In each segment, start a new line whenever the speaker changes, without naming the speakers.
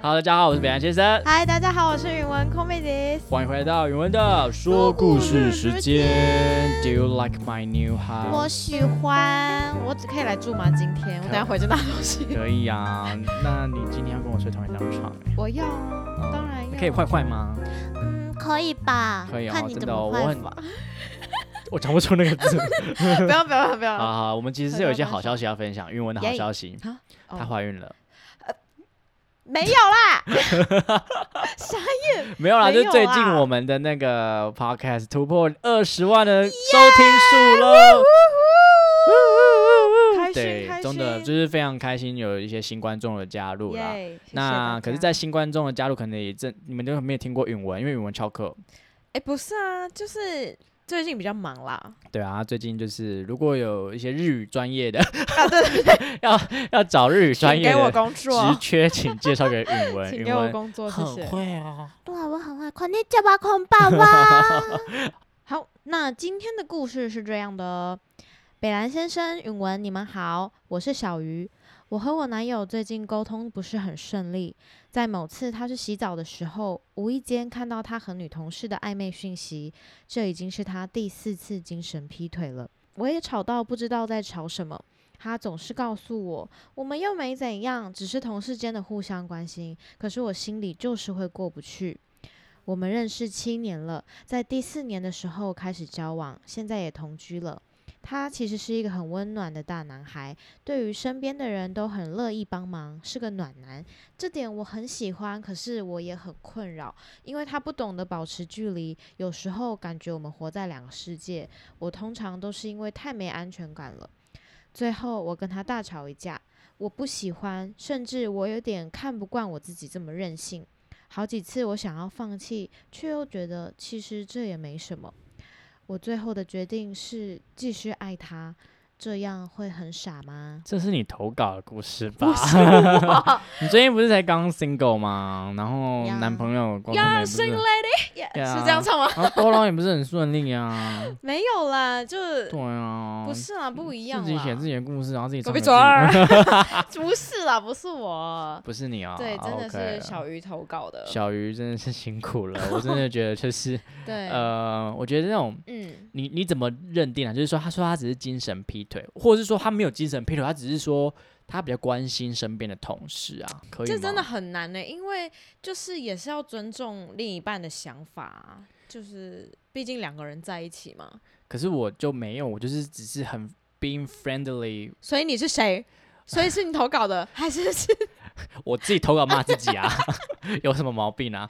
Hello，大家好，我是北岸先生，
嗨，大家好，我是允文 c o m e d i s
欢迎回到云文的说故事时间。Do you like my new
我
house？
喜欢，我只可以来住吗？今天我等下回去拿东西。
可以啊，那你今天要跟我睡同一张床、欸？
我要啊，当然要。
可以坏坏吗？
嗯，可以吧？
可以哦
看你
真
怎
的哦我
么坏
很
法。
我讲不出那个字。
不要不要不要！
好好，我们其实是有一些好消息要分享，韵文的好
耶
消息，
啊哦
她怀孕了，
没有啦，
没有啦，
没
就是最
有啊
近
啦
我们的那个 podcast 突破二十万的收听数了。
开心
对
开，
真的
心
就是非常开心，有一些新观众的加入啦。
耶！谢谢
那
大
可是，
家
在新观众的加入，可能也正你们都没有听过允文，因为允文翘课。
哎不是啊，就是最近比较忙啦。
对啊，最近就是如果有一些日语专业的， 要要找日语专
啊请
业
给我
的
工
职
作，
缺，请介绍给允文。
请
允
给我
文
工作，谢谢。
会哦。
对，我很爱看你这把恐爸爸。 好，那今天的故事是这样的哦：北兰先生、允文，你们好，我是小鱼。我和我男友最近沟通不是很顺利，在某次他去洗澡的时候，无意间看到他和女同事的暧昧讯息，这已经是他第四次精神劈腿了。我也吵到不知道在吵什么，他总是告诉我我们又没怎样，只是同事间的互相关心，可是我心里就是会过不去。我们认识七年了，在第四年的时候开始交往，现在也同居了。他其实是一个很温暖的大男孩，对于身边的人都很乐意帮忙，是个暖男，这点我很喜欢。可是我也很困扰，因为他不懂得保持距离，有时候感觉我们活在两个世界。我通常都是因为太没安全感了。最后我跟他大吵一架，我不喜欢，甚至我有点看不惯我自己这么任性。好几次我想要放弃，却又觉得其实这也没什么。我最后的决定是继续爱他，这样会很傻吗？
这是你投稿的故事吧
不？ 是我，
你最近不是才刚 single 吗？然后
呀
男朋友光头也
呀
不是
，Sing
很，
Lady，呀
呀
是这样唱吗？
然后沟通也不是很顺利啊。
没有啦，就
对啊，
不是啦，不一样
自己写自
啦。
己的故事，然后自己唱
隔壁
给
左
自己
二， 不是啦，不是我，
不是你啊？
对，真的
OK
是小鱼投稿的。
小鱼真的是辛苦了，我真的觉得就是
对，
呃，我觉得那种。
嗯，
你你怎么认定啊？就是说，他说他只是精神劈腿，或者是说他没有精神劈腿，他只是说他比较关心身边的同事啊，可以吗？
这真的很难呢、因为就是也是要尊重另一半的想法啊，就是毕竟两个人在一起嘛。
可是我就没有，我就是只是很 being friendly，
所以你是谁？所以是你投稿的，还是 是
我自己投稿骂自己啊， 有什么毛病啊？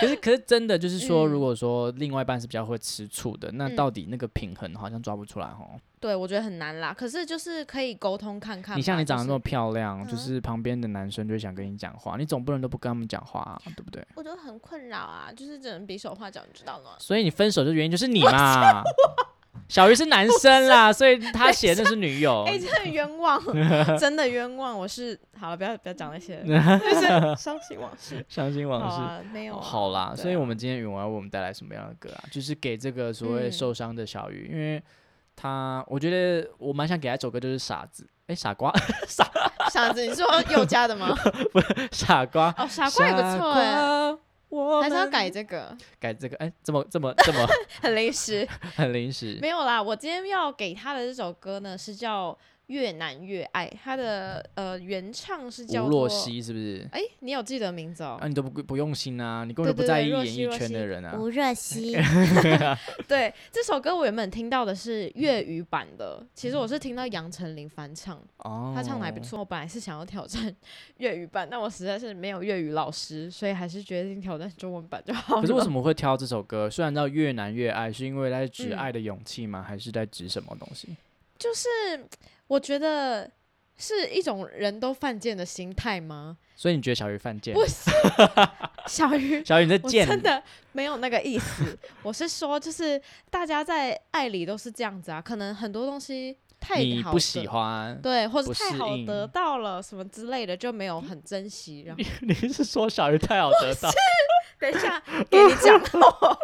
可是可是真的就是说，
嗯
如果说另外一半是比较会吃醋的，那
嗯
到底那个平衡好像抓不出来哦。
对我觉得很难啦。可是就是可以沟通看看吧。
你像你长得那
就
么
是
漂亮，就
嗯
是旁边的男生就会想跟你讲话，你总不能都不跟他们讲话啊，对不对？
我觉得很困扰啊，就是只能比手画脚，你知道 吗？
所以你分手的原因就是你 嘛。小鱼是男生啦，所以他写的那是女友
哎、。真的 冤枉，真的冤枉。我是好了，不要不要讲那 些，就是伤心往事。
伤心
好
往事。
啊，没有、
哦
啊。
好啦，
对
所以我
啊
们今天语文要为我们带来什么样的歌啊？就是给这个所谓
嗯
受伤的小鱼，因为他，我觉得我蛮想给他一首歌，就是傻 子，哎、傻瓜，
傻子，你是说佑嘉的吗？
傻瓜，
哦，傻瓜也不错哎、
傻瓜我
还是要
们
改 这个，
改这个，哎、这么这么这 么
很临时。
很临时，
没有啦，我今天要给他的这首歌呢是叫《越难越爱》，他的呃原唱是叫
吴
做
若。曦是不是？
哎、你有记得名字哦？
啊，你都不不用心啊，你根本就不
对对
在
对
意
若
演
曦
艺
若
圈的
曦
人啊。
吴若曦，
对，这首歌我原本听到的是粤
嗯
语版的，其实我是听到杨丞琳翻唱，
哦，
他唱的还不错。我本来是想要挑战粤语版，但我实在是没有粤语老师，所以还是决定挑战中文版就好了。
可是为什么会挑这首歌？虽然叫《越难越爱》，是因为它是指
嗯
爱的勇气吗？还是在指什么东西？
就是我觉得是一种人都犯贱的心态吗？
所以你觉得小鱼犯贱？
不 是，小鱼，
小鱼你在
我
贱？
真的没有那个意思。我是说，就是大家在爱里都是这样子啊，可能很多东西。太
你
好
不
得
喜欢。
对，或者
不
太
适
好得
应
到了什么之类的，就没有很珍惜。 然后
你你是说小鱼太好得到？
等一下给你讲到我，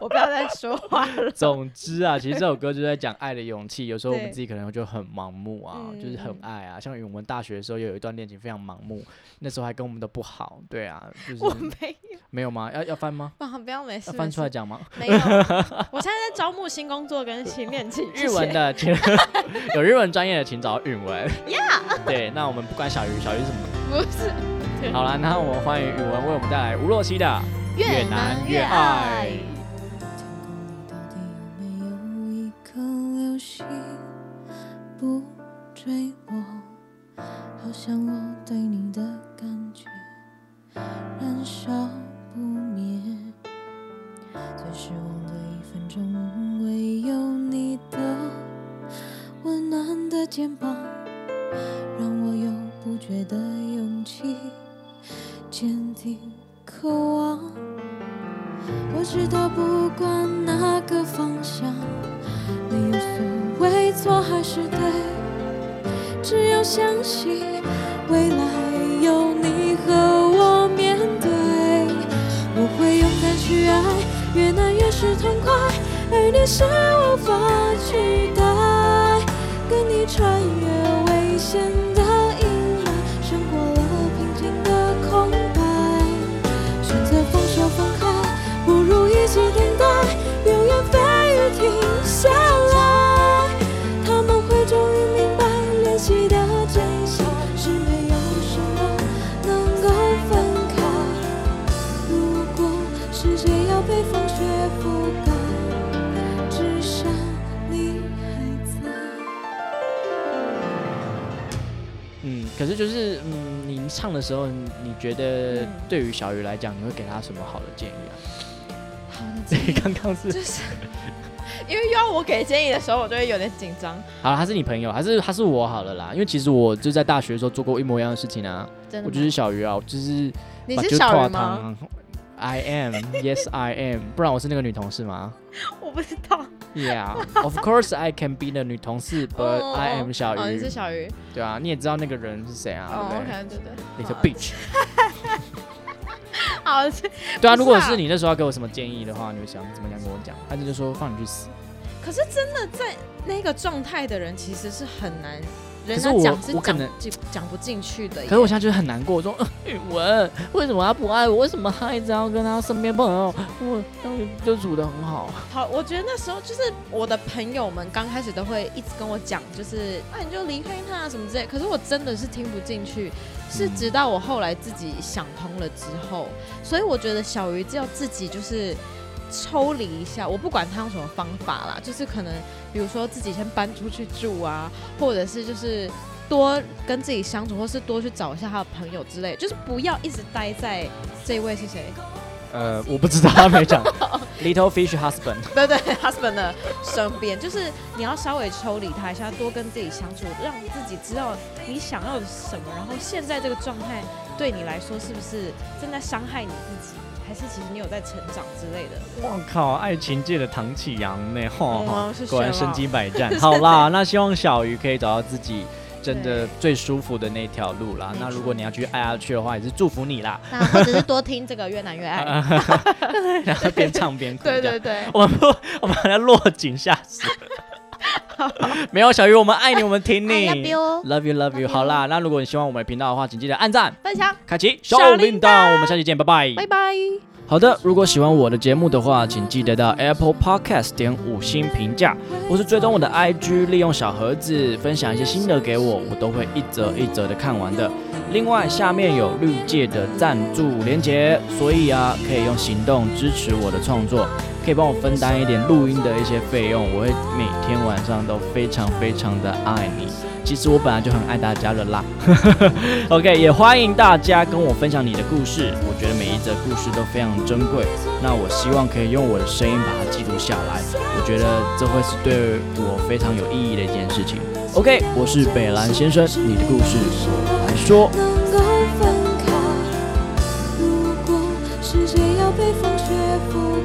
我不要再说话了。
总之啊，其实这首歌就在讲爱的勇气。有时候我们
对
自己可能就很盲目啊，
嗯
就是很
嗯
爱啊。像我们大学的时候，也有一段恋情非常盲目，那时候还跟我们都不好。对啊，就
我
是
没有，
没有吗？要要翻吗？
啊不要没事
要
没
翻出
事
来讲吗？
没有，我现在在招募新工作跟新恋情。谢
日文
谢
的请 有日文专业的，请找允文。对，那我们不管小鱼，小鱼是什么？
不是
好了，那我们欢迎允文为我们带来吴若曦的。越难越爱
天空里到底有没有一颗流星不追我？好像我对你的感觉燃烧不灭。最失望的一分钟，唯有你的温暖的肩膀，让我有不觉的勇气，坚定渴望。我知道不管哪个方向，没有所谓错还是对，只要相信未来有你和我面对。我会勇敢去爱，越难越是痛快，而你是无法取代。跟你穿越危险的阴霾，胜过了平静的空白。选择放手放开，不如一起等待，流言蜚语停下来，他们会终于明白，练习的真相是没有什么能够分开。如果世界要被风雪覆盖，至少你还在。
嗯，可是就是嗯，你唱的时候，你你觉得
嗯
对于小鱼来讲，你会给他什么好的建议啊？
好的，
所
建
以
议
刚刚是
就是因为要我给建议的时候，我就会有点紧张，
好了，他是你朋友，还是他是我好了啦？因为其实我就在大学的时候做过一模一样的事情啊，
真的吗。
我就是小鱼啊，我就是
嗯你
把
是
酒
小
泡
鱼吗？
汤啊 I am, yes I am，不然我是那个女同事吗
我不知道。
？Yeah, of course I can be 的女同事，but
哦
I am 小
哦，你是
鱼，
小鱼。
对啊，你也知道那个人是谁啊，
哦
对不对
，OK，对对。
你的
好
bitch，
好，这
对啊，
不是
如果
啊
是你那时候要给我什么建议的话，你会想怎么样跟我讲？他就说放你去死。
可是真的在那个状态的人，其实是很难，人
是
家
我
讲是
我可
讲
能
不进讲不进去的耶。
可是我现在就是很难过，我说呃语文为什么他不爱我？为什么他一直要跟他身边朋友？我那就处的很好。
好，我觉得那时候就是我的朋友们刚开始都会一直跟我讲，就是那、你就离开他啊什么之类。可是我真的是听不进去，是
嗯
直到我后来自己想通了之后，所以我觉得小鱼要自己就是抽离一下。我不管他用什么方法啦，就是可能比如说自己先搬出去住啊，或者是就是多跟自己相处，或是多去找一下他的朋友之类，就是不要一直待在这位是谁。
呃，我不知道他没 讲。Little Fish Husband，
对 对，husband 的身边，就是你要稍微抽离他一下，多跟自己相处，让自己知道你想要什么，然后现在这个状态对你来说是不是正在伤害你自己，还是其实你有在成长之类的。
我靠，爱情界的唐启阳呢？吼
哦是
果然
谁
身
啊
经百 战。好啦，那希望小鱼可以找到自己。真的最舒服的那条路啦
没。
那如
错
果你要去爱下去的话，也是祝福你啦。
那或者是多听这个越难越 爱。
然后边唱边哭。
对哎对。对，
我们不，我们把它落井下 石。没有小鱼，我们爱你，我们挺你。
I love you
Love you, love you。好啦，那如果你喜欢我们的频道的话，请记得按赞、
分享，
开启
小铃铛
我们下期见，拜拜。
拜拜。
好的，如果喜欢我的节目的话，请记得到 Apple Podcast 点五星评价，或是追踪我的 IG，利用小盒子分享一些心得给我，我都会一则一则的看完的。另外，下面有绿界的赞助连结，所以啊，可以用行动支持我的创作，可以帮我分担一点录音的一些费用，我会每天晚上都非常非常的爱你。其实我本来就很爱大家了啦。OK，也欢迎大家跟我分享你的故事，我觉得每一则故事都非常珍贵。那我希望可以用我的声音把它记录下来，我觉得这会是对我非常有意义的一件事情。OK，我是北兰先生，你的故事我来说。
能够分开。如果世界要被风雪覆